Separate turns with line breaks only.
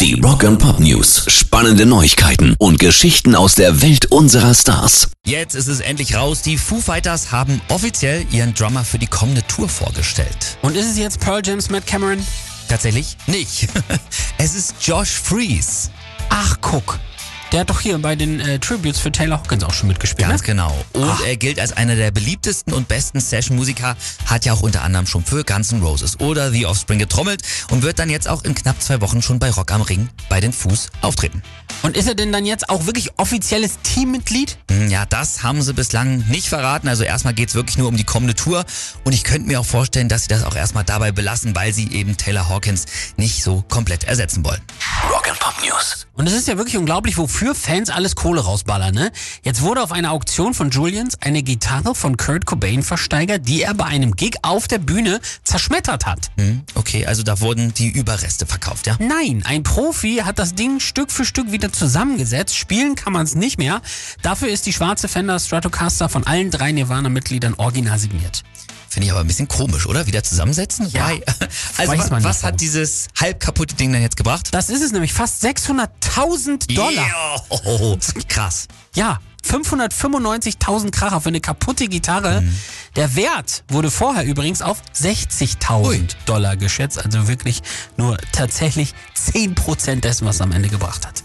Die Rock and Pop News. Spannende Neuigkeiten und Geschichten aus der Welt unserer Stars.
Jetzt ist es endlich raus. Die Foo Fighters haben offiziell ihren Drummer für die kommende Tour vorgestellt.
Und ist es jetzt Pearl Jams Matt Cameron?
Tatsächlich nicht. es ist Josh Fries.
Ach, guck. Der hat doch hier bei den äh, Tributes für Taylor Hawkins auch schon mitgespielt.
Ganz
ne?
genau. Und er gilt als einer der beliebtesten und besten Session-Musiker, hat ja auch unter anderem schon für Guns N' Roses oder The Offspring getrommelt und wird dann jetzt auch in knapp zwei Wochen schon bei Rock am Ring bei den Fuß auftreten.
Und ist er denn dann jetzt auch wirklich offizielles Teammitglied?
Hm, Ja, das haben sie bislang nicht verraten. Also erstmal geht's wirklich nur um die kommende Tour und ich könnte mir auch vorstellen, dass sie das auch erstmal dabei belassen, weil sie eben Taylor Hawkins nicht so komplett ersetzen wollen.
Rock and Pop News.
Und es ist ja wirklich unglaublich, wofür Fans alles Kohle rausballern, ne? Jetzt wurde auf einer Auktion von Julians eine Gitarre von Kurt Cobain versteigert, die er bei einem Gig auf der Bühne zerschmettert hat.
Hm, Okay, also da wurden die Überreste verkauft, ja?
Nein, ein Profi hat das Ding Stück für Stück wieder zusammengesetzt. Spielen kann man es nicht mehr. Dafür ist die schwarze Fender Stratocaster von allen drei Nirvana-Mitgliedern original signiert.
Finde ich aber ein bisschen komisch, oder? Wieder zusammensetzen?
Ja,
Why? Also
weiß
wa-
man
was hat
nicht, warum.
dieses halb kaputte Ding denn jetzt gebracht?
Das ist es nämlich, fast 600.000 Dollar.
Yo, krass.
Ja, 595.000 Kracher für eine kaputte Gitarre. Der Wert wurde vorher übrigens auf 60.000 Dollar geschätzt. Also wirklich nur tatsächlich 10% dessen, was es am Ende gebracht hat.